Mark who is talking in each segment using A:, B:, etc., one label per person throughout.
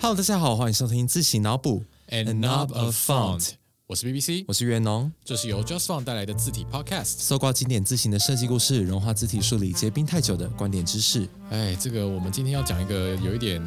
A: Hello，大家好，欢迎收听自行脑补
B: And not a font。我是 BBC，
A: 我是袁农，
B: 这是由 Just Font 带来的字体 Podcast。
A: 搜刮经典字形的设计故事，融化字体梳理结冰太久的观点知识。
B: 哎，这个我们今天要讲一个有一点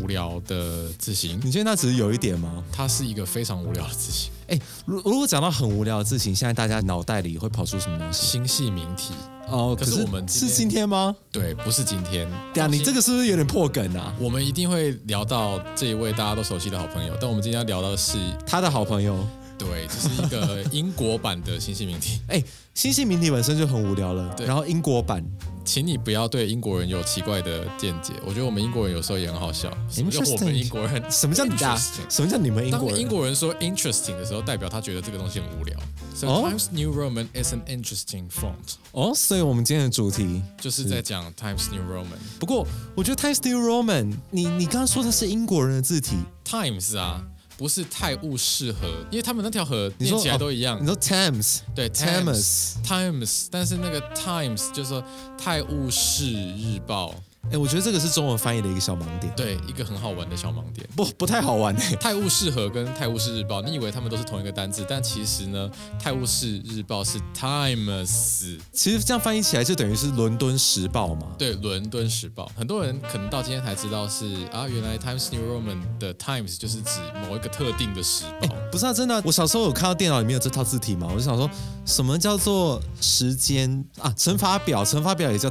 B: 无聊的字型，
A: 你觉得那只是有一点吗？
B: 它是一个非常无聊的字型，
A: 哎，如如果讲到很无聊的字形，现在大家脑袋里会跑出什么东西？
B: 星系名体。
A: 哦，
B: 可是我们今
A: 是
B: 天
A: 今天吗？
B: 对，不是今天。
A: 对啊，你这个是不是有点破梗啊？
B: 我们一定会聊到这一位大家都熟悉的好朋友，但我们今天要聊到的是，
A: 他的好朋友，
B: 对，这是一个英国版的星系名体。
A: 哎，星系名体本身就很无聊了，
B: 对
A: 然后英国版，
B: 请你不要对英国人有奇怪的见解。我觉得我们英国人有时候也很好笑，什么叫我们
A: Interesting
B: 英国人？
A: 什么叫你啊
B: Interesting？？
A: 什么叫你们英
B: 当
A: 国人？
B: 英国人说 interesting 的时候，代表他觉得这个东西很无聊。Sometimes、New Roman is an interesting font，
A: 哦，所以我们今天的主题
B: 就是在讲 Times New Roman。
A: 不过，我觉得 Times New Roman，你你刚刚说它是英国人的字体，
B: Times 啊，不是泰晤士河，因为他们那条河
A: 你
B: 念
A: 说哦
B: 起来都一样。
A: 你说 Thames，
B: 对
A: Thames。
B: Times，但是那个 Times 就是说泰晤士日报，
A: 哎，我觉得这个是中文翻译的一个小盲点，
B: 对，一个很好玩的小盲点。
A: 不不太好玩哎。
B: 泰晤士河跟泰晤士日报，你以为他们都是同一个单字，但其实呢，泰晤士日报是 Times。
A: 其实这样翻译起来就等于是伦敦时报嘛。
B: 对，《伦敦时报》很多人可能到今天才知道是啊，原来 Times New Roman 的 Times 就是指某一个特定的时报。
A: 不是啊，真的啊、我小时候有看到电脑里面有这套字体嘛，我就想说，什么叫做时间啊？乘法表，乘法表也叫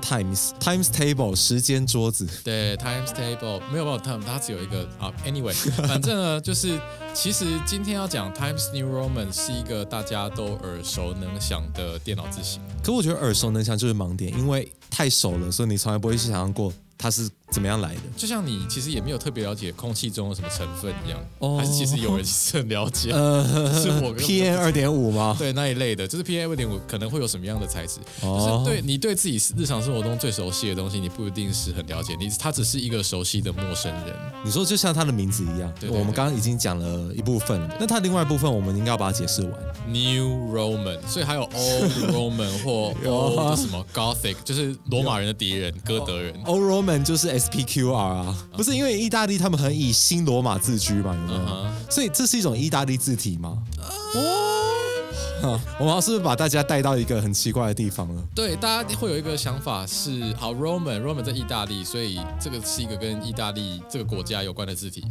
A: times，times table，时间桌子。
B: 对，Times Table 没有没有 Time，它只有一个啊。Anyway，反 正呢，就是其实今天要讲 Times New Roman 是一个大家都耳熟能详的电脑字型。
A: 可我觉得耳熟能详就是盲点，因为太熟了，所以你从来不会去想象过它是怎么样来的。
B: 就像你其实也没有特别了解空气中有什么成分一样，
A: 哦
B: 还是其实有人其实很了解，
A: 呃
B: 是我根本就不知道
A: PM 二点五吗？
B: 对那一类的，就是 PM 二点五可能会有什么样的材质，
A: 哦
B: 就是对你对自己日常生活中最熟悉的东西，你不一定是很了解，你它只是一个熟悉的陌生人。
A: 你说就像它的名字一样，
B: 对对
A: 我们刚刚已经讲了一部分了，那它另外一部分我们应该要把它解释完。
B: New Roman，所 以还有 Old Roman 或
A: 啊
B: Old 什么 Gothic，就是罗马人的敌人哥德人。
A: Old Roman 就是 SPQR 啊，不是因为意大利他们很以新罗马自居嘛，有没有
B: 嗯
A: 所以这是一种意大利字体吗？
B: 嗯
A: 哦，我们是不是把大家带到一个很奇怪的地方了？
B: 对，大家会有一个想法是，好 Roman Roman 在意大利，所以这个是一个跟意大利这个国家有关的字体。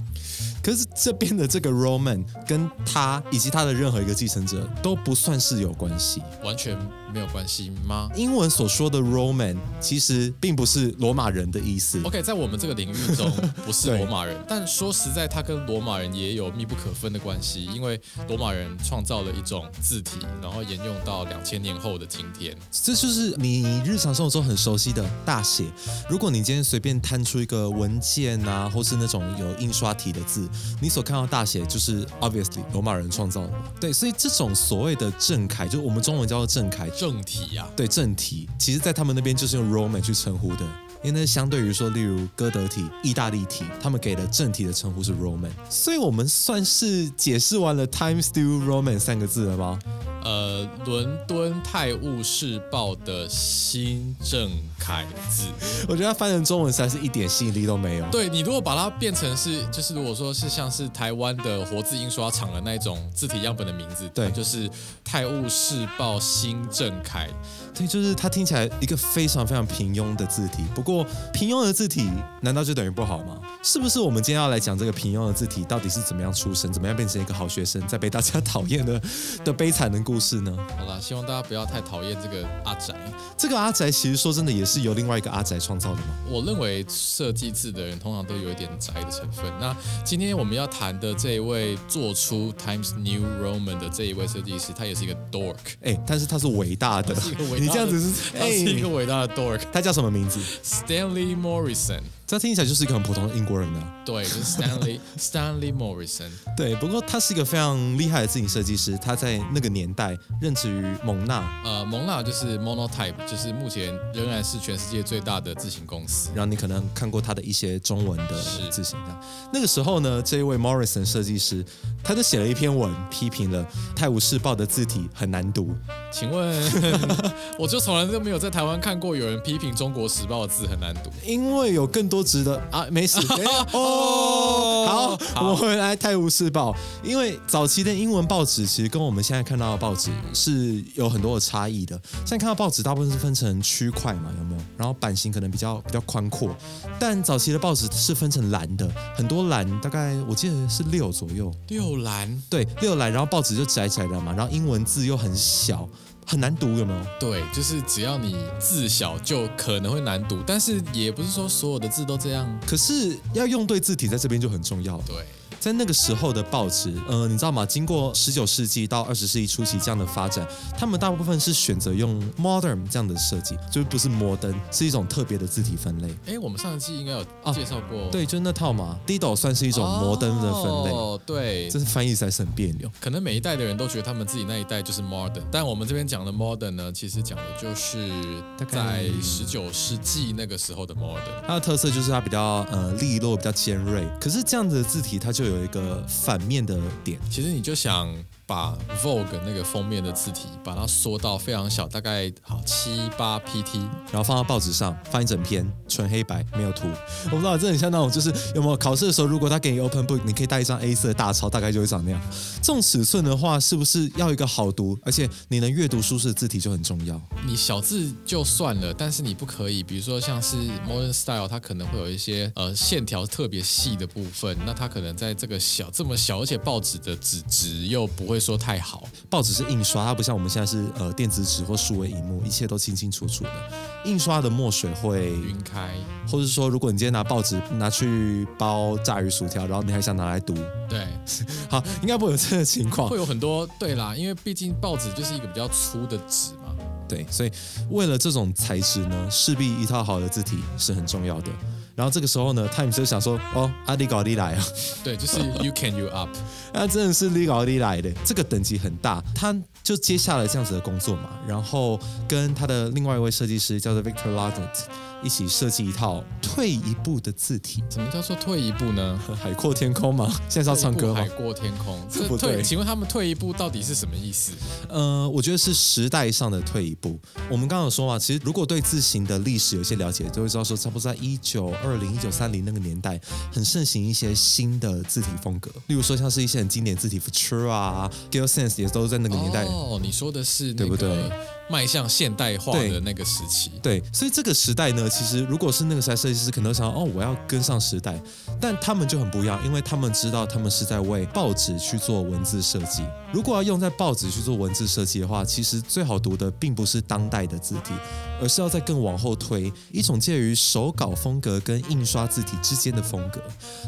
A: 可是这边的这个 Roman 跟他以及他的任何一个继承者都不算是有关系。
B: 完全没有关系吗
A: 英文所说的 Roman 其实并不是罗马人的意思。
B: ？OK，在我们这个领域中不是
A: 对
B: 罗马人，但说实在，它跟罗马人也有密不可分的关系，因为罗马人创造了一种字体，然后沿用到两千年后的今天。
A: 这就是你日常生活中很熟悉的大写。如果你今天随便摊出一个文件啊，或是那种有印刷体的字，你所看到大写就是 obviously 罗马人创造的嘛。对，所以这种所谓的正楷，就我们中文叫做正楷，
B: 正体啊，
A: 对正体，其实在他们那边就是用 Roman 去称呼的。因为那相对于说，例如哥德体、意大利体，他们给的正体的称呼是 Roman，所以我们算是解释完了 Times New Roman 三个字了吗？
B: 呃，伦敦泰晤士报的新正楷字，
A: 我觉得它翻成中文实在是一点吸引力都没有。
B: 对你如果把它变成是，就是如果说是像是台湾的活字印刷厂的那一种字体样本的名字，
A: 对
B: 它就是泰晤士报新正楷。
A: 对，就是它听起来一个非常非常平庸的字体。不过平庸的字体难道就等于不好吗？是不是我们今天要来讲这个平庸的字体到底是怎么样出生，怎么样变成一个好学生，在被大家讨厌的 的悲惨的故事呢？
B: 好啦，希望大家不要太讨厌这个阿宅。
A: 这个阿宅其实说真的也是由另外一个阿宅创造的嘛。
B: 我认为设计字的人通常都有一点宅的成分。那今天我们要谈的这一位做出 Times New Roman 的这一位设计师，他也是一个 dork。
A: 哎，但是他是伟大的，
B: 是一个伟大的
A: 你这样子是
B: 他是一个
A: 哎，
B: 伟大的 dork。
A: 他叫什么名字？
B: Stanley Morrison，
A: 这听起来就是一个很普通的英国人啊。
B: 对，就是 Stanley Stanley Morrison。
A: 对，不过他是一个非常厉害的字体设计师，他在那个年代任职于蒙纳，
B: 呃，蒙娜就是 Monotype，就是目前仍然是全世界最大的字型公司。
A: 然后你可能看过他的一些中文的
B: 是
A: 字形象。那个时候呢，这一位 Morrison 设计师，他就写了一篇文，批评了《泰晤士报》的字体很难读。
B: 请问， 我就从来都没有在台湾看过有人批评《中国时报》的字很难读。
A: 因为有更多值得啊，没事等一下哦
B: 哦。
A: 好，我们回来《泰晤士报》，因为早期的英文报纸其实跟我们现在看到的报纸是有很多的差异的。现在看到报纸大部分是分成区块嘛，有没有？然后版型可能比较比较宽阔，但早期的报纸是分成栏的，很多栏，大概我记得是六左右，
B: 六兰，
A: 对，六栏，然后报纸就窄窄的嘛，然后英文字又很小，很难读，有没有？
B: 对，就是只要你字小就可能会难读，但是也不是说所有的字都这样。
A: 可是要用对字体在这边就很重要了。
B: 对，
A: 在那个时候的报纸，呃，你知道吗？经过十九世纪到二十世纪初期这样的发展，他们大部分是选择用 modern 这样的设计，就是不是摩登，是一种特别的字体分类。
B: 哎，我们上一期应该
A: 啊
B: 有介绍过，
A: 对，就是那套嘛，Dido 算是一
B: 一
A: 种摩登的分类，
B: 哦，对
A: 这，是翻译起来是很别扭。
B: 可能每一代的人都觉得他们自己那一代就是 modern，但我们这边讲的 modern 呢，其实讲的就是
A: 大概
B: 在十九世纪那个时候的 modern。
A: 它的特色就是它比较呃利落，比较尖锐。可是这样子的字体，它就有一个反面的点，
B: 其实你就想把 Vogue 那个封面的字体，把它缩到非常小，大概好七八 pt。
A: 然后放到报纸上翻一整篇，纯黑白没有图。我不知道，这很像那种就是有没有考试的时候，如果他给你 open book，你可以带一张 A 4的大钞，大概就会长那样。这种尺寸的话，是不是要一个好读，而且你能阅读舒适的字体就很重要？
B: 你小字就算了，但是你不可以，比如说像是 modern style，它可能会有一些呃线条特别细的部分，那它可能在这个小这么小，而且报纸的纸质又不会说太好，
A: 报纸是印刷，它不像我们现在是呃电子纸或数位荧幕，一切都清清楚楚的。印刷的墨水会，
B: 晕开，
A: 或是说，如果你今天拿报纸拿去包炸鱼薯条，然后你还想拿来读，
B: 对，
A: 好，应该不会有这个情况
B: 会。有很多对啦，因为毕竟报纸就是一个比较粗的纸嘛。
A: 对，所以为了这种材质呢，势必一套好的字体是很重要的。然后这个时候呢，Times 就想说，哦，阿里搞利来啊，
B: 对，就是 you can you up，
A: 那真的是利搞利来的，这个等级很大，他就接下了这样子的工作嘛，然后跟他的另外一位设计师叫做 Victor l a d e t 一起设计一套退一步的字体，呃
B: 什么叫做退一步 呢？
A: 海阔天空嘛， 现在是要唱歌嘛
B: 海，过天空，
A: 这
B: 这
A: 不对
B: 退，请问他们退一步到底是什么意思？
A: 呃，我觉得是时代上的退一步。我们刚刚有说嘛，其实如果对字形的历史有一些了解，就会知道说，差不多在一九二零、一九三零那个年代，很盛行一些新的字体风格，例如说像是一些很经典字体 Futura 啊、Gill Sans 也都是在那个年代。
B: 哦，你说的是那
A: 对不
B: 个
A: 对
B: 迈向现代化
A: 对
B: 的那个时期。
A: 对，所以这个时代呢，其实如果是那个时代设计师，可能会想哦，我要跟上时代，但他们就很不一样，因为他们知道他们是在为报纸去做文字设计。如果要用在报纸去做文字设计的话，其实最好读的并不是当代的字体，而是要再更往后推一种介于手稿风格跟印刷字体之间的风格。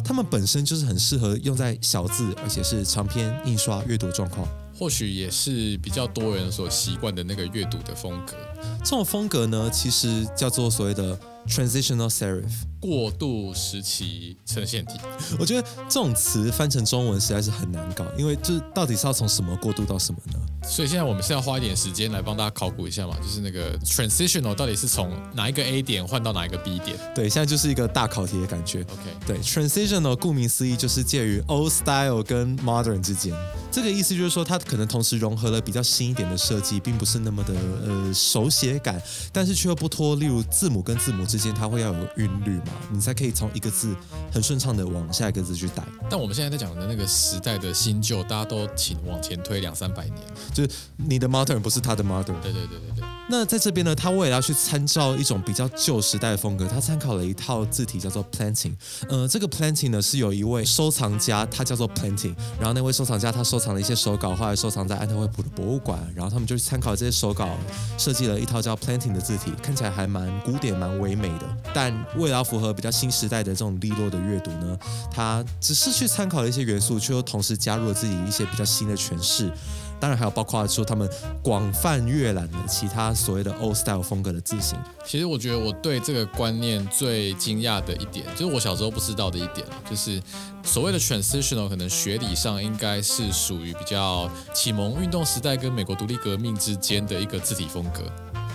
A: 它们本身就是很适合用在小字，而且是长篇印刷阅读状况。
B: 或许也是比较多人所习惯的那个阅读的风格，
A: 这种风格呢，其实叫做所谓的 transitional serif。
B: 过渡时期呈现体。
A: 我觉得这种词翻成中文实在是很难搞，因为就是到底是要从什么过渡到什么呢？
B: 所以现在我们是要花一点时间来帮大家考古一下嘛，就是那个 transitional 到底是从哪一个 A 点换到哪一个 B 点
A: 对，现在就是一个大考题的感觉。
B: ？OK，
A: 对，transitional 顾名思义就是介于 old style 跟 modern 之间。这个意思就是说，它可能同时融合了比较新一点的设计，并不是那么的呃手写感，但是却又不脱，例如字母跟字母之间它会要有韵律嘛，你才可以从一个字很顺畅的往下一个字去带。
B: 但我们现在在讲的那个时代的新旧，大家都请往前推两三百年。
A: 就是你的 modern 不是他的 modern。
B: 对对对对对，
A: 那在这边呢，他为了要去参照一种比较旧时代的风格，他参考了一套字体叫做 Planting。呃，这个 Planting 呢是有一位收藏家，他叫做 Planting，然后那位收藏家他收藏了一些手稿，后来收藏在安特卫普的博物馆，然后他们就参考这些手稿，设计了一套叫 Planting 的字体，看起来还蛮古典、蛮唯美的。但为了要符合比较新时代的这种利落的阅读呢，他只是去参考了一些元素，却又同时加入了自己一些比较新的诠释。当然还有包括说他们广泛阅览了其他所谓的 old style 风格的字型。
B: 其实我觉得我对这个观念最惊讶的一点，就是我小时候不知道的一点，就是所谓的 transitional，可能学理上应该是属于比较启蒙运动时代跟美国独立革命之间的一个字体风格。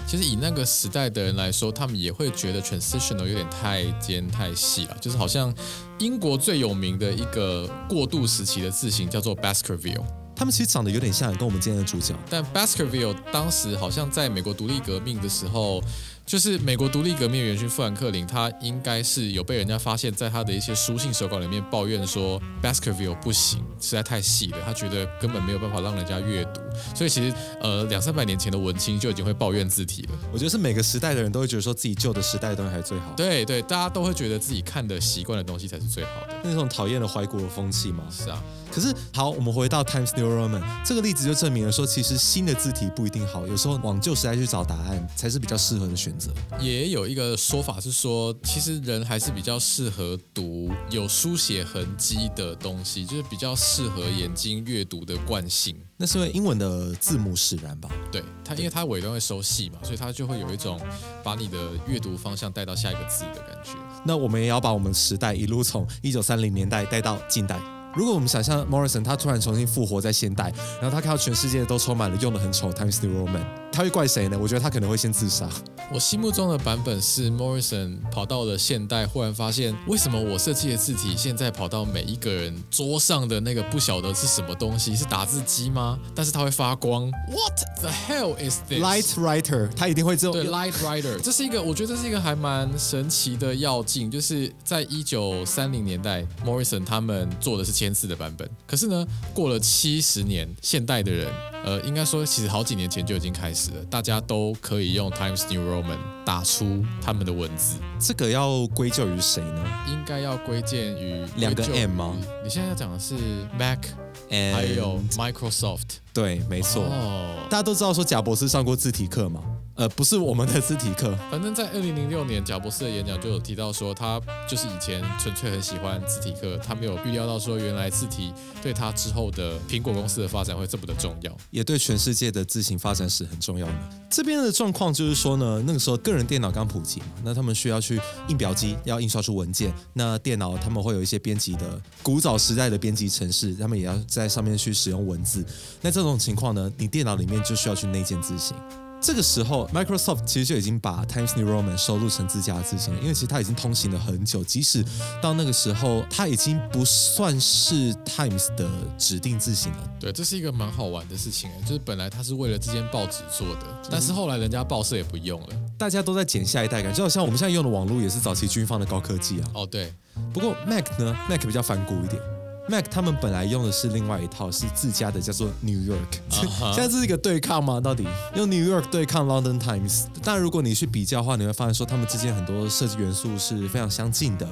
B: 其实以那个时代的人来说，他们也会觉得 transitional 有点太尖太细了，就是好像英国最有名的一个过渡时期的字型叫做 Baskerville。
A: 他们其实长得有点像，跟我们今天的主角。
B: 但 Baskerville 当时好像在美国独立革命的时候，就是美国独立革命元勋富兰克林，他应该是有被人家发现，在他的一些书信手稿里面抱怨说 Baskerville 不行，实在太细了，他觉得根本没有办法让人家阅读。所以其实呃两三百年前的文青就已经会抱怨字体了。
A: 我觉得是每个时代的人都会觉得说自己旧的时代的东西还是最好。
B: 对对，大家都会觉得自己看的习惯的东西才是最好的。
A: 那种讨厌的怀古的风气嘛。
B: 是啊，
A: 可是好，我们回到 Times New Roman 这个例子就证明了说，其实新的字体不一定好，有时候往旧时代去找答案才是比较适合的选择。
B: 也有一个说法是说，其实人还是比较适合读有书写痕迹的东西，就是比较适合眼睛阅读的惯性。
A: 那是因为英文的字母使然吧？
B: 对它，因为它尾端会收细嘛，所以它就会有一种把你的阅读方向带到下一个字的感觉。
A: 那我们也要把我们时代一路从一九三零年代带到近代。如果我们想象 Morrison 他突然重新复活在现代，然后他看到全世界都充满了用的很丑的 Times New Roman，他会怪谁呢？我觉得他可能会先自杀。
B: 我心目中的版本是 Morrison 跑到了现代，忽然发现为什么我设计的字体现在跑到每一个人桌上的那个不晓得是什么东西，是打字机吗？但是它会发光。What the hell is this?
A: Light Writer 他一定会这
B: 对
A: 种。
B: Light Rider，这是一个我觉得这是一个还蛮神奇的药劲，就是在一九三零年代，Morrison 他们做的是千字的版本，可是呢，过了七十年，现代的人，呃，应该说其实好几年前就已经开始了，大家都可以用 Times New Roman 打出他们的文字，
A: 这个要归咎于谁呢
B: 应该要归建于
A: 两个
B: 归咎于
A: M 吗
B: 你现在要讲的是 Mac，
A: ？And
B: 还有 Microsoft，
A: 对，没错。
B: 哦，
A: 大家都知道说贾博士上过字体课嘛，呃，不是我们的字体课，
B: 反正，在二零零六年贾博士的演讲就有提到说，他就是以前纯粹很喜欢字体课，他没有预料到说原来字体对他之后的苹果公司的发展会这么的重要。
A: 也对全世界的字形发展史很重要呢。这边的状况就是说呢，那个时候个人电脑刚普及嘛，那他们需要去印表机要印刷出文件，那电脑他们会有一些编辑的古早时代的编辑程式，他们也要在上面去使用文字。那这种情况呢，你电脑里面就需要去内建字型。这个时候，Microsoft 其实就已经把 Times New Roman 收录成自家的字型了，因为其实它已经通行了很久，即使到那个时候，它已经不算是 Times 的指定字型了。
B: 对，这是一个蛮好玩的事情，就是本来他是为了这间报纸做的，但是后来人家报社也不用了。
A: 大家都在捡下一代感，就好像我们现在用的网络也是早期军方的高科技啊。
B: 哦，对，
A: 不过 Mac 呢，Mac 比较反骨一点。Mac 他们本来用的是另外一套，是自家的，叫做 New York。
B: 哈
A: 现在这是一个对抗吗？到底用 New York 对抗 London Times？但如果你去比较的话，你会发现说他们之间很多设计元素是非常相近的。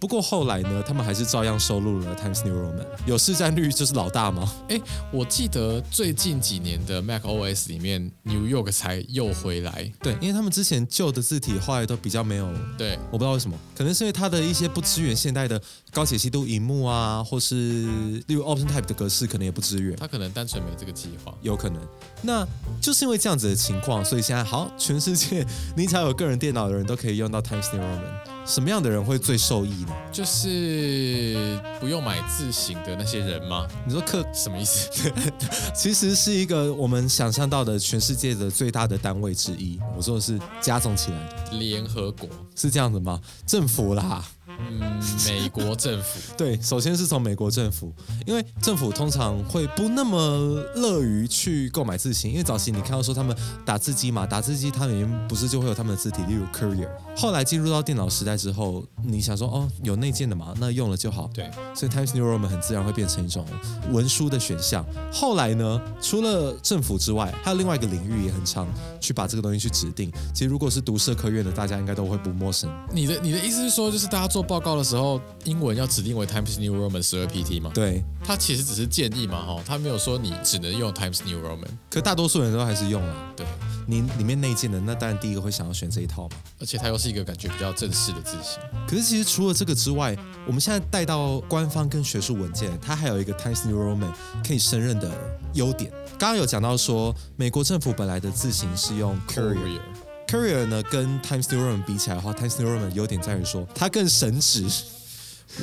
A: 不过后来呢，他们还是照样收录了 Times New Roman。有市占率就是老大吗？
B: 哎，我记得最近几年的 Mac OS 里面，New York 才又回来。
A: 对，因为他们之前旧的字体后来都比较没有
B: 对，
A: 我不知道为什么，可能是因为它的一些不支援现代的高解析度荧幕啊，或是例如 Option Type 的格式，可能也不支援，
B: 他可能单纯没这个计划。
A: 有可能。那就是因为这样子的情况，所以现在好，全世界你只要有个人电脑的人都可以用到 Times New Roman。什么样的人会最受益呢？
B: 就是不用买字型的那些人吗？
A: 你说客
B: 什么意思？
A: 其实是一个我们想象到的全世界的最大的单位之一，我说的是加总起来的，
B: 联合国，
A: 是这样子吗？政府啦。
B: 嗯，美国政 府
A: 对，首先是从美国政府，因为政府通常会不那么乐于去购买字型，因为早期你看到说他们打字机嘛，打字机它里面不是就会有他们的字体，例如 Courier。后来进入到电脑时代之后，你想说哦，有内建的嘛，那用了就好。
B: 对，
A: 所以 Times New Roman 很自然会变成一种文书的选项。后来呢，除了政府之外，还有另外一个领域也很常去把这个东西去指定。其实如果是读社科院的，大家应该都会不陌生。
B: 你的你的意思是说，就是大家做报告的时候，英文要指定为 Times New Roman 十二 PT 吗？
A: 对，
B: 他其实只是建议嘛，哈，他没有说你只能用 Times New Roman。
A: 可大多数人都还是用了。
B: 对，
A: 你里面内建的，那当然第一个会想要选这一套嘛。
B: 而且它又是一个感觉比较正式的字型。
A: 可是其实除了这个之外，我们现在带到官方跟学术文件，它还有一个 Times New Roman 可以胜任的优点。刚刚有讲到说，美国政府本来的字型是用 Courier。Courier 呢，跟 Times New Roman 比起来的话，Times New Roman 优点在于说它更神直，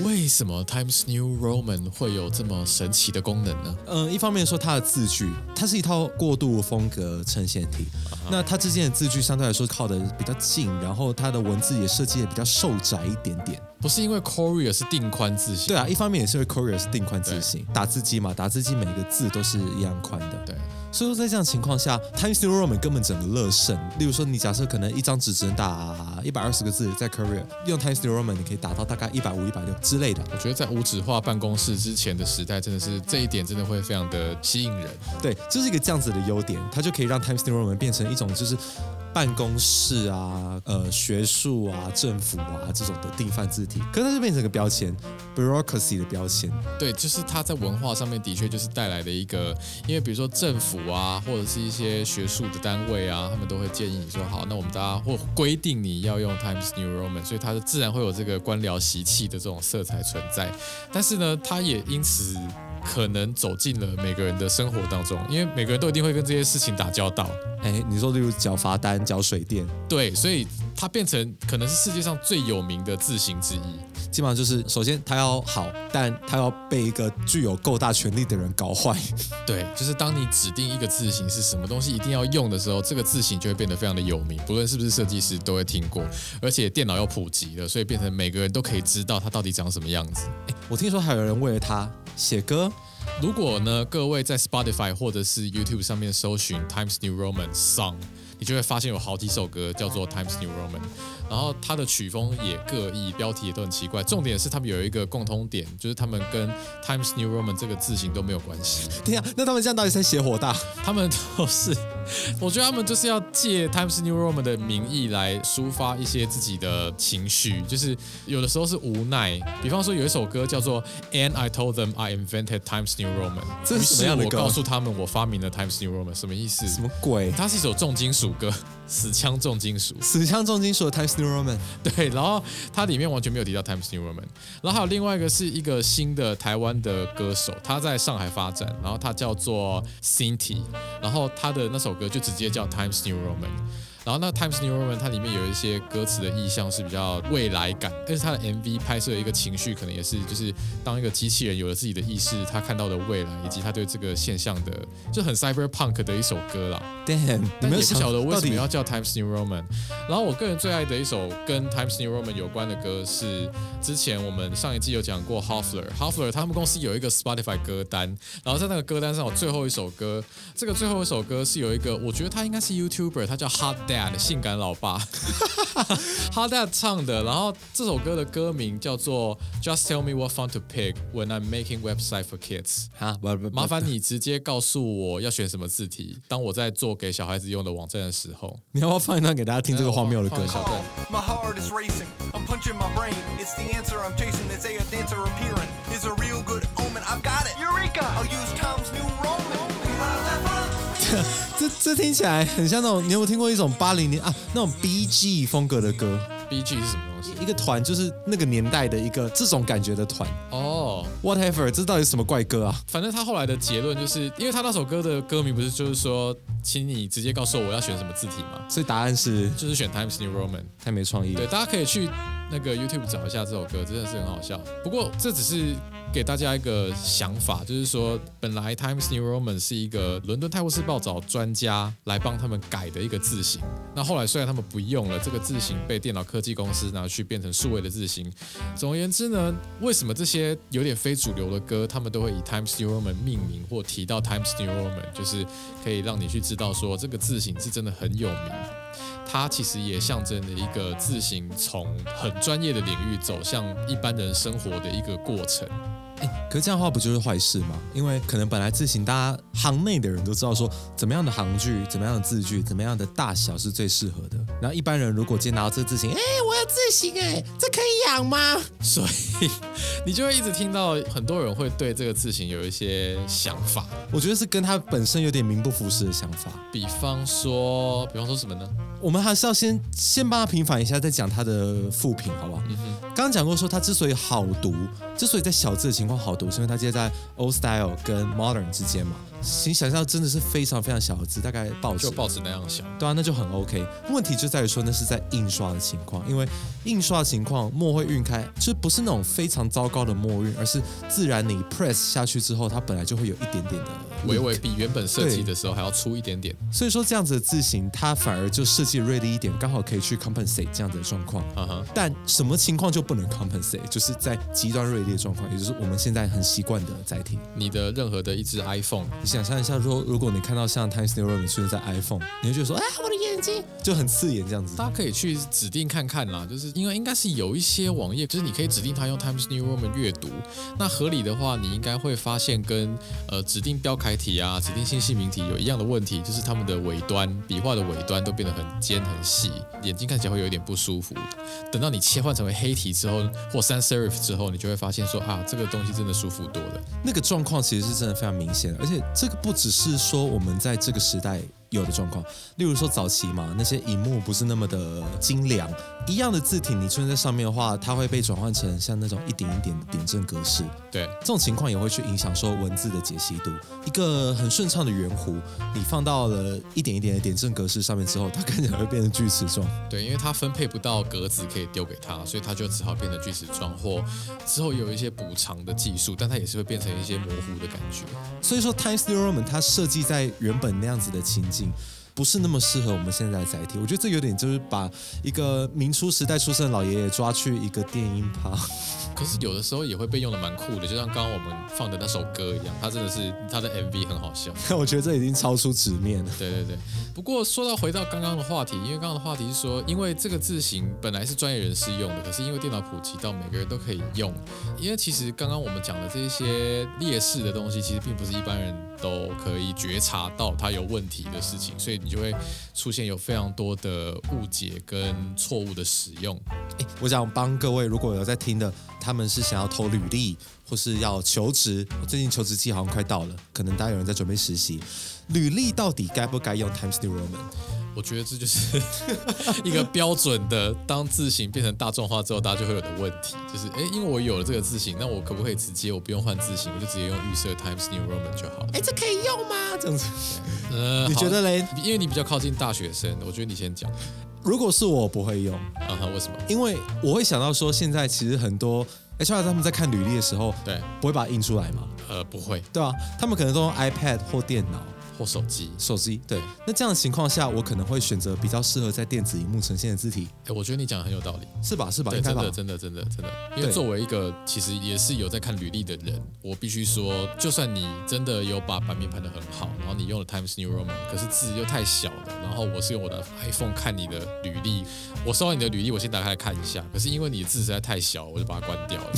B: 为什么 Times New Roman 会有这么神奇的功能呢？
A: 嗯，一方面说它的字句，它是一套过渡风格呈现体。那它之间的字句相对来说靠的比较近，然后它的文字也设计的比较瘦窄一点点。
B: 不是因为 Courier 是定宽字型，
A: 对啊，一方面也是因为 Courier 是定宽字型，打字机嘛，打字机每个字都是一样宽的。
B: 对，
A: 所以说在这样情况下，Times New Roman 根本整个乐胜。例如说，你假设可能一张纸只能打一百二十个字，在 Courier 用 Times New Roman 你可以打到大概一百五、一百六之类的。
B: 我觉得在无纸化办公室之前的时代，真的是这一点真的会非常的吸引人。
A: 对，就是一个这样子的优点，它就可以让 Times New Roman 变成一种就是办公室啊、呃学术啊、政府啊这种的定范字体，可是它就变成一个标签，bureaucracy 的标签。
B: 对，就是它在文化上面的确就是带来的一个，因为比如说政府啊，或者是一些学术的单位啊，他们都会建议你说好，那我们大家或规定你要用 Times New Roman，所以它自然会有这个官僚习气的这种色彩存在。但是呢，它也因此可能走进了每个人的生活当中，因为每个人都一定会跟这些事情打交道。
A: 哎，你说例如缴罚单、缴水电，
B: 对，所以它变成可能是世界上最有名的字形之一。
A: 基本上就是首先它要好，但它要被一个具有够大权力的人搞坏。
B: 对，就是当你指定一个字型是什么东西一定要用的时候，这个字型就会变得非常的有名，不论是不是设计师都会听过。而且电脑要普及了，所以变成每个人都可以知道它到底长什么样子。
A: 我听说还有人为了它写歌，
B: 如果呢，各位在 Spotify 或者是 YouTube 上面搜寻 Times New Roman Song，你就会发现有好几首歌叫做 Times New Roman，然后它的曲风也各异，标题也都很奇怪。重点是他们有一个共通点，就是他们跟 Times New Roman 这个字型都没有关系。
A: 天啊，那他们这样到底在写火大？
B: 他们都是， 我觉得他们就是要借 Times New Roman 的名义来抒发一些自己的情绪，就是有的时候是无奈。比方说有一首歌叫做《And I Told Them I Invented Times New Roman》，
A: 这是
B: 于
A: 什么样的
B: 我
A: 歌
B: 告诉他们我发明了 Times New Roman，什么意思？
A: 什么鬼？
B: 它是一首重金属歌，死腔重金属。
A: 死腔重金属的 Times New Roman，
B: 对，然后它里面完全没有提到 Times New Roman，然后还有另外一个是一个新的台湾的歌手，他在上海发展，然后他叫做 Cinti，然后他的那首歌就直接叫 Times New Roman。然后那 Times New Roman 它里面有一些歌词的意象是比较未来感，但是它的 MV 拍摄的一个情绪可能也是就是当一个机器人有了自己的意识，他看到的未来以及他对这个现象的就很 cyberpunk 的一首歌啦。
A: ，damn，你
B: 但
A: 没有
B: 也不
A: 想
B: 晓得为
A: 到
B: 什么
A: 底
B: 要叫 Times New Roman。然后我个人最爱的一首跟 Times New Roman 有关的歌是，之前我们上一季有讲过 Hofler，Hofler 他们公司有一个 Spotify 歌单，然后在那个歌单上有最后一首歌，这个最后一首歌是有一个，我觉得他应该是 YouTuber，他叫 Hot Dad，性感老爸 ，Hot Dad 唱的。然后这首歌的歌名叫做 Just Tell Me What Fun to Pick When I'm Making Website for Kids。
A: 啊？不不，
B: 麻烦你直接告诉我要选什么字体。当我在做给小孩子用的网站的时候，
A: 你要不要放一段给大家听这个荒谬的歌
B: 放一？小段。
C: My heart is racing. I'm punching my brain. It's the answer I'm chasing. They say a dancer appearing is a real good omen. I've got it. Eureka! I'll use Tom's new Roman.
A: 这这听起来很像那种，你有没有听过一种八零年啊那种 B G 风格的歌？
B: B G 是什么东西？
A: 一个团就是那个年代的一个这种感觉的团
B: 哦，
A: ，whatever，这到底是什么怪歌啊？
B: 反正他后来的结论就是，因为他那首歌的歌名不是就是说，请你直接告诉我我要选什么字体吗？
A: 所以答案是
B: 就是选 Times New Roman。
A: 太没创意
B: 对，
A: 了。
B: 大家可以去那个 YouTube 找一下这首歌，真的是很好笑。不过这只是给大家一个想法，就是说，本来 Times New Roman 是一个伦敦泰晤士报找专家来帮他们改的一个字型。那后来虽然他们不用了，这个字型被电脑科技公司拿去变成数位的字型。总而言之呢，为什么这些有点非主流的歌，他们都会以 Times New Roman 命名或提到 Times New Roman，就是可以让你去知道说这个字型是真的很有名。它其实也象征了一个自行从很专业的领域走向一般人生活的一个过程。
A: 哎可是这样的话不就是坏事吗？因为可能本来字形大家行内的人都知道说怎么样的行距、怎么样的字距、怎么样的大小是最适合的。然后一般人如果今天拿到这字形，哎、我要字形哎、这可以养吗？
B: 所以你就会一直听到很多人会对这个字形有一些想法，
A: 我觉得是跟他本身有点名不符实的想法。
B: 比方说，比方说什么呢？
A: 我们还是要先先帮他平反一下，再讲他的副评，好不好？刚刚讲过说他之所以好读，之所以在小字的情况好读，是因为他介在 old style 跟 modern 之间嘛。请想象真的是非常非常小的字，大概报纸
B: 就报纸那样想，
A: 对啊，那就很 OK。问题就在于说那是在印刷的情况，因为印刷的情况墨会晕开，就不是那种非常糟糕的末韵，而是自然你 press 下去之后，它本来就会有一点点的
B: 微微
A: leak
B: 比原本设计的时候还要粗一点点
A: 所以说这样子的字形，它反而就设计锐利一点，刚好可以去 compensate 这样子的状况。
B: 啊哈。
A: 但什么情况就不能 compensate？就是在极端锐利的状况，也就是我们现在很习惯的载体。
B: 你的任何的一只 iPhone，
A: 你想象一下，如果如果你看到像 Times New Roman 出现在 iPhone，你会觉得说，哎，我的眼睛就很刺眼这样子。
B: 大家可以去指定看看啦，就是因为应该是有一些网页，就是你可以指定它用 Times New Roman 阅读。那合理的话，你应该会发现跟呃指定标楷体啊、指定信息名体有一样的问题，就是它们的尾端笔画的尾端都变得很尖很细，眼睛看起来会有一点不舒服。等到你切换成为黑体之后，或sans serif 之后，你就会发现说啊，这个东西真的舒服多了。
A: 那个状况其实是真的非常明显的，而且这个不只是说我们在这个时代有的状况，例如说早期嘛，那些荧幕不是那么的精良，一样的字体你出现在上面的话，它会被转换成像那种一点一点的点阵格式，
B: 对，
A: 这种情况也会去影响说文字的解析度。一个很顺畅的圆弧，你放到了一点一点的点阵格式上面之后，它看起来会变成锯齿状。
B: 对，因为它分配不到格子可以丢给他，所以他就只好变成锯齿状，或之后有一些补偿的技术，但它也是会变成一些模糊的感觉。
A: 所以说，Times New Roman 它设计在原本那样子的情境，不是那么适合我们现在的载体。我觉得这有点就是把一个明初时代出生的老爷爷抓去一个电音趴，
B: 可是有的时候也会被用的蛮酷的，就像刚刚我们放的那首歌一样，它真的是它的 MV 很好笑。
A: 我觉得这已经超出纸面了。
B: 对对对，不过说到回到刚刚的话题，因为刚刚的话题是说，因为这个字型本来是专业人士用的，可是因为电脑普及到每个人都可以用，因为其实刚刚我们讲的这些劣势的东西，其实并不是一般人都可以觉察到它有问题的事情，所以你就会出现有非常多的误解跟错误的使用。
A: 诶哎我想帮各位，如果有在听的，他们是想要投履历或是要求职，哦最近求职季好像快到了，可能大家有人在准备实习，履历到底该不该用 Times New Roman？
B: 我觉得这就是 一个标准的，当字型变成大众化之后，大家就会有的问题，就是哎，诶因为我有了这个字型，那我可不可以直接我不用换字型，我就直接用预设 Times New Roman 就好了？
A: 哎，这可以用吗？这样子，
B: 呃，
A: 你
B: 好
A: 觉得？嘞？
B: 因为你比较靠近大学生，我觉得你先讲
A: 如果是我，我不会用。
B: 啊哈，为什么？
A: 因为我会想到说，现在其实很多 HR 他们在看履历的时候，
B: 对，
A: 不会把它印出来嘛，
B: 呃，不会，
A: 对啊，他们可能都用 iPad 或电脑、
B: 或手机。
A: 手机。对，那这样的情况下，我可能会选择比较适合在电子荧幕呈现的字体，
B: 哎，我觉得你讲得很有道理。
A: 是吧？是吧？
B: 对，
A: 应该
B: 真
A: 吧
B: 的，？真的，真的，真的，因为
A: 对
B: 作为一个其实也是有在看履历的人，我必须说，就算你真的有把版面拍得很好，然后你用了 Times New Roman，可是字又太小了，然后我是用我的 iPhone 看你的履历，我收到你的履历，我先打开来看一下，可是因为你的字实在太小，我就把它关掉了，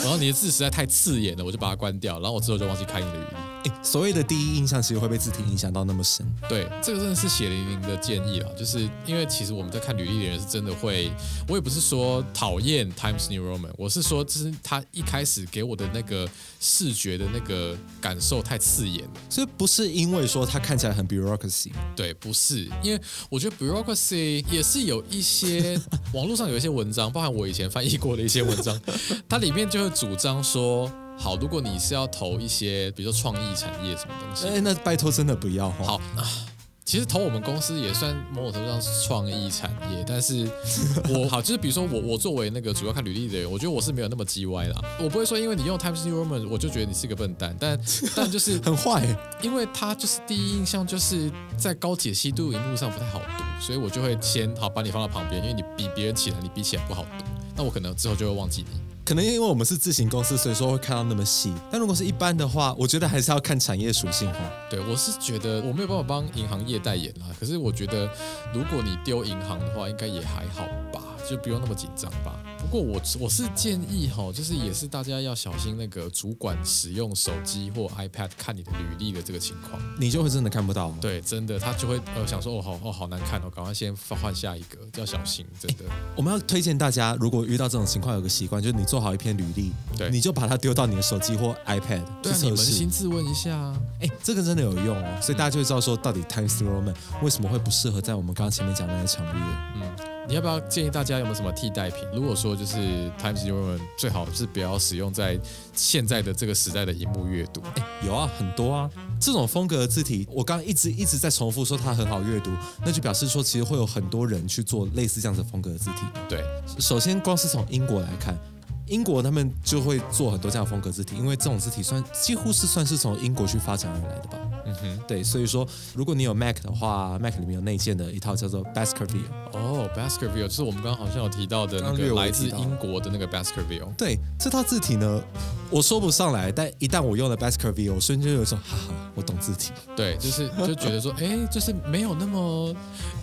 B: 然后你的字实在太刺眼了，我就把它关掉，然后我之后就忘记看你的履历。
A: 诶所谓的第一印象，其实会被字体影响到那么深。
B: 对，这个真的是血淋淋的建议啦，啊就是因为其实我们在看履历的人是真的会，我也不是说讨厌 Times New Roman，我是说，就是他一开始给我的那个视觉的那个感受太刺眼了。
A: 所以不是因为说它看起来很 bureaucracy，
B: 对，不是，因为我觉得 bureaucracy 也是有一些网络上有一些文章，包含我以前翻译过的一些文章，它里面就会主张说，好，如果你是要投一些，比如说创意产业什么东西，
A: 哎，那拜托真的不要哦。
B: 好，啊其实投我们公司也算某种程度上是创意产业，但是我好就是比如说我我作为那个主要看履历的人，我觉得我是没有那么叽歪啦，我不会说因为你用 Times New Roman 我就觉得你是个笨蛋，但 但就是
A: 很坏耶，
B: 因为它就是第一印象就是在高解析度荧幕上不太好读，所以我就会先好把你放到旁边，因为你比别人起来你比起来不好读，那我可能之后就会忘记你。
A: 可能因为我们是自行公司，所以说会看到那么细。但如果是一般的话，我觉得还是要看产业属性哦。
B: 对，我是觉得我没有办法帮银行业代言啦。可是我觉得，如果你丢银行的话，应该也还好吧，就不用那么紧张吧。不过我我是建议哈，就是也是大家要小心那个主管使用手机或 iPad 看你的履历的这个情况。
A: 你就会真的看不到。哦对
B: 对，真的他就会呃想说哦好哦好难看哦，赶快先换下一个，要小心，真的。
A: 我们要推荐大家，如果遇到这种情况，有个习惯就是你做好一篇履历，
B: 对
A: 你就把它丢到你的手机或 iPad 去
B: 对啊，
A: 测
B: 你扪
A: 试
B: 心。自问一下啊。
A: 哎、这个真的有用
B: 嗯
A: 哦，所以大家就会知道说，到底 Times New Roman 为什么会不适合在我们刚刚前面讲的那些场域。
B: 你要不要建议大家有没有什么替代品？如果说就是 Times New Roman 最好是不要使用在现在的这个时代的荧幕阅读。
A: 有啊，很多啊，这种风格的字体，我刚刚一直一直在重复说它很好阅读，那就表示说其实会有很多人去做类似这样子的风格的字体。
B: 对，
A: 首先，光是从英国来看，英国他们就会做很多这样的风格字体，因为这种字体算几乎是算是从英国去发展而来的吧。嗯哼，对，所以说如果你有 Mac 的话，Mac 里面有内建的一套叫做 Baskerville。
B: 哦、b a s k e r v i l l e 就是我们刚刚好像有提到的那
A: 刚略
B: 个
A: 微
B: 来自
A: 提到
B: 英国的那个 Baskerville。
A: 对这套字体呢，我说不上来，但一旦我用了 Baskerville，我瞬间就有一种哈哈，我懂字体。
B: 对，就是就觉得说， 哎，就是没有那么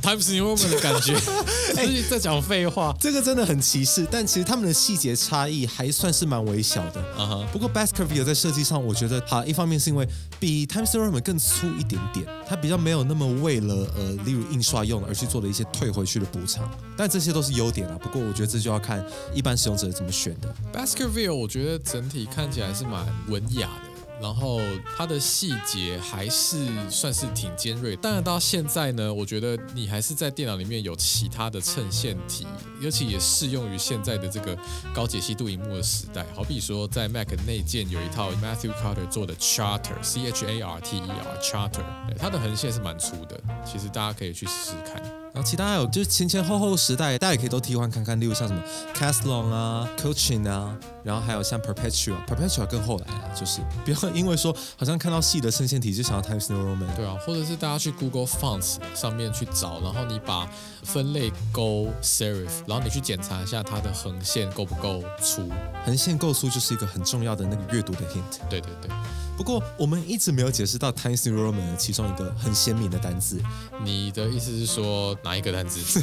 B: Times New Roman 的感 觉，
A: 哎
B: 就是在讲废话。
A: 这个真的很歧视，但其实他们的细节差异还算是蛮微小的。
B: 啊哈
A: 不过 Baskerville 在设计上，我觉得它一方面是因为比 Times New Roman 更粗一点点，它比较没有那么为了呃，例如印刷用而去做的一些退回去的补偿，但这些都是优点啊。不过我觉得这就要看一般使用者怎么选的。
B: Baskerville 我觉得整体看起来是蛮文雅的，然后它的细节还是算是挺尖锐。当然到现在呢，我觉得你还是在电脑里面有其他的衬线体，尤其也适用于现在的这个高解析度荧幕的时代。好比说在 Mac 内建有一套 Matthew Carter 做的 Charter C H A R T E R Charter，对它的横线是蛮粗的，其实大家可以去试试看。
A: 然后其他还有就是前前后后时代，大家也可以都替换看看，例如像什么 Caslon 啊、Coaching 啊，然后还有像 Perpetua，Perpetua 更后来啊，就是不要因为说好像看到细的衬线体就想要 Times New Roman，
B: 对啊，或者是大家去 Google Fonts 上面去找，然后你把分类勾 serif，然后你去检查一下它的横线够不够粗。
A: 横线构出就是一个很重要的那个阅读的 hint。
B: 对对对，
A: 不过我们一直没有解释到 Times New Roman 的其中一个很鲜明的单 字
B: 你的意思是说哪一个 单字？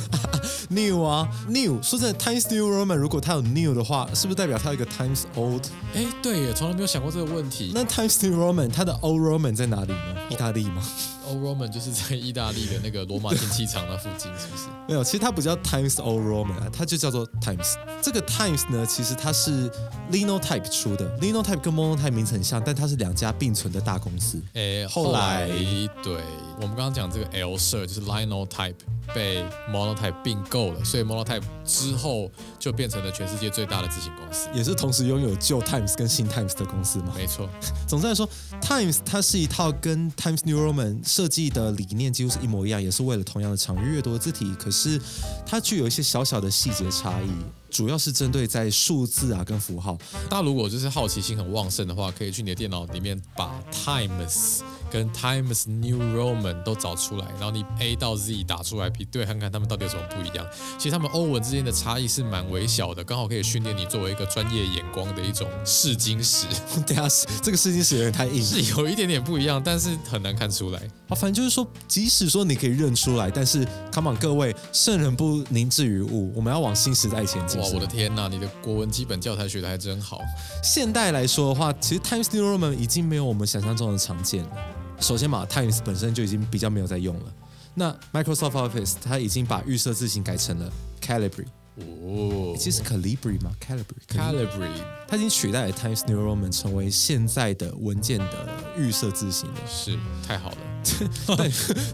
A: new 啊 new。说真的，Times New Roman 如果它有 new 的话，是不是代表它有一个 Times Old？
B: 哎，对耶，从来没有想过这个问题。
A: 那 Times New Roman 它的 Old Roman 在哪里呢？意大利吗？
B: o Roman 就是在意大利的那个罗马竞技场那附近，是不是？
A: 没有，其实它不叫 Times Old Roman，啊它就叫做 Times。这个 Times 呢，其实它是 Linotype 出的，Linotype 跟 Monotype 名字很像，但它是两家并存的大公司。
B: 哎，
A: 后来
B: 对我们刚刚讲这个 L sir 就是 linotype 被 monotype 并购了，所以 monotype 之后就变成了全世界最大的自行公司。
A: 也是同时拥有旧 Times 跟新 Times 的公司嘛。
B: 没错，
A: 总之来说，Times 它是一套跟 Times New Roman 设计的理念几乎是一模一样，也是为了同样的场域阅读的字体，可是它具有一些小小的细节差异，主要是针对在数字啊跟符号。
B: 大家如果就是好奇心很旺盛的话，可以去你的电脑里面把 Times 跟 Times New Roman 都找出来，然后你 A 到 Z 打出来比对看看他们到底有什么不一样。其实他们欧文之间的差异是蛮微小的，刚好可以训练你作为一个专业眼光的一种试金石，
A: 等一下这个事情是有点太硬了。
B: 是有一点点不一样，但是很难看出来。
A: 啊，反正就是说，即使说你可以认出来，但是 come on 各位，圣人不宁至于物，我们要往新时代前进。
B: 哇，
A: 是吗
B: 我的天呐，你的国文基本教材学的还真好。
A: 现代来说的话，其实 Times New Roman 已经没有我们想象中的常见了。首先嘛，Times 本身就已经比较没有在用了。那 Microsoft Office 它已经把预设字型改成了 Calibri，
B: 哦
A: 其实嗯 Calibri 嘛，Calibri，
B: ，Calibri
A: 它已经取代了 Times New Roman 成为现在的文件的预设字型了。
B: 是太好了。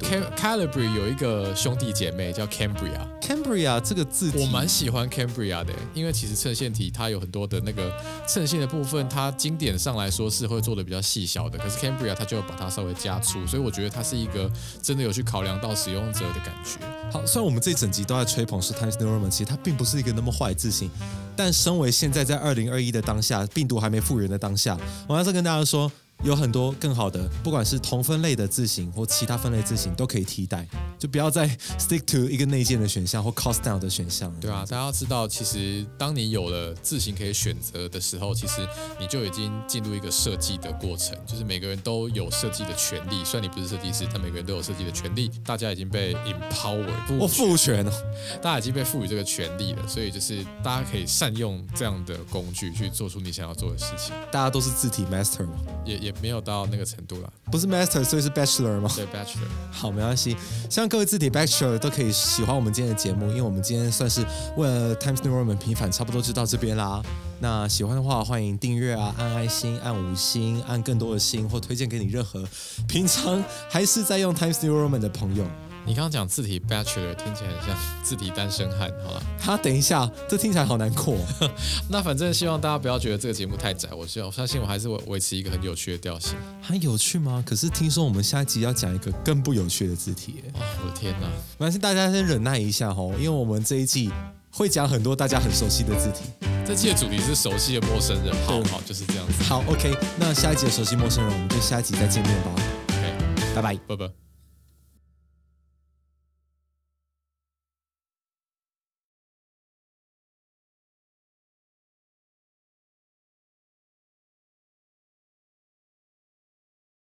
B: Cal- Calibri 有一个兄弟姐妹叫 Cambria。
A: Cambria 这个字体，
B: 我蛮喜欢 Cambria 的，因为其实衬线体它有很多的那个衬线的部分，它经典上来说是会做的比较细小的，可是 Cambria 它就把它稍微加粗，所以我觉得它是一个真的有去考量到使用者的感觉。
A: 好，虽然我们这一整集都在吹捧是 Times New Roman，其实它并不是一个那么坏的字型，但身为现在在二零二一的当下，病毒还没复原的当下，我还是要跟大家说，有很多更好的，不管是同分类的字型或其他分类字型都可以替代，就不要再 stick to 一个内建的选项或 cost down 的选项。
B: 对啊，大家要知道，其实当你有了自行可以选择的时候，其实你就已经进入一个设计的过程，就是每个人都有设计的权利。虽然你不是设计师，但每个人都有设计的权利。大家已经被 empower，
A: 我赋权哦，
B: 大家已经被赋予这个权利了，所以就是大家可以善用这样的工具去做出你想要做的事情，
A: 大家都是字体 master 吗？
B: 也也没有到那个程度啦。
A: 不是 master，所以是 bachelor 吗？
B: 对，Bachelor，
A: 好，没关系。希望各位字体 Bachelor 都可以喜欢我们今天的节目，因为我们今天算是为了 Times New Roman 平反，差不多就到这边啦。那喜欢的话，欢迎订阅啊，按爱心、按五星、按更多的星，或推荐给你任何平常还是在用 Times New Roman 的朋友。
B: 你刚刚讲字体 Bachelor 听起来很像字体单身汉，好了。
A: 哈，等一下，这听起来好难过哦、
B: 那反正希望大家不要觉得这个节目太窄，我希望我相信我还是维维持一个很有趣的调 性。
A: 还有趣吗？可是听说我们下一集要讲一个更不有趣的字体耶，
B: 哦，我的天哪！
A: 没关系，大家先忍耐一下哦，因为我们这一季会讲很多大家很熟悉的字体。
B: 这期的主题是熟悉的陌生人，好好就是这样子。
A: 好，OK，那下一集的熟悉陌生人，我们就下一集再见面吧，
B: OK，
A: 拜拜。
B: 拜拜。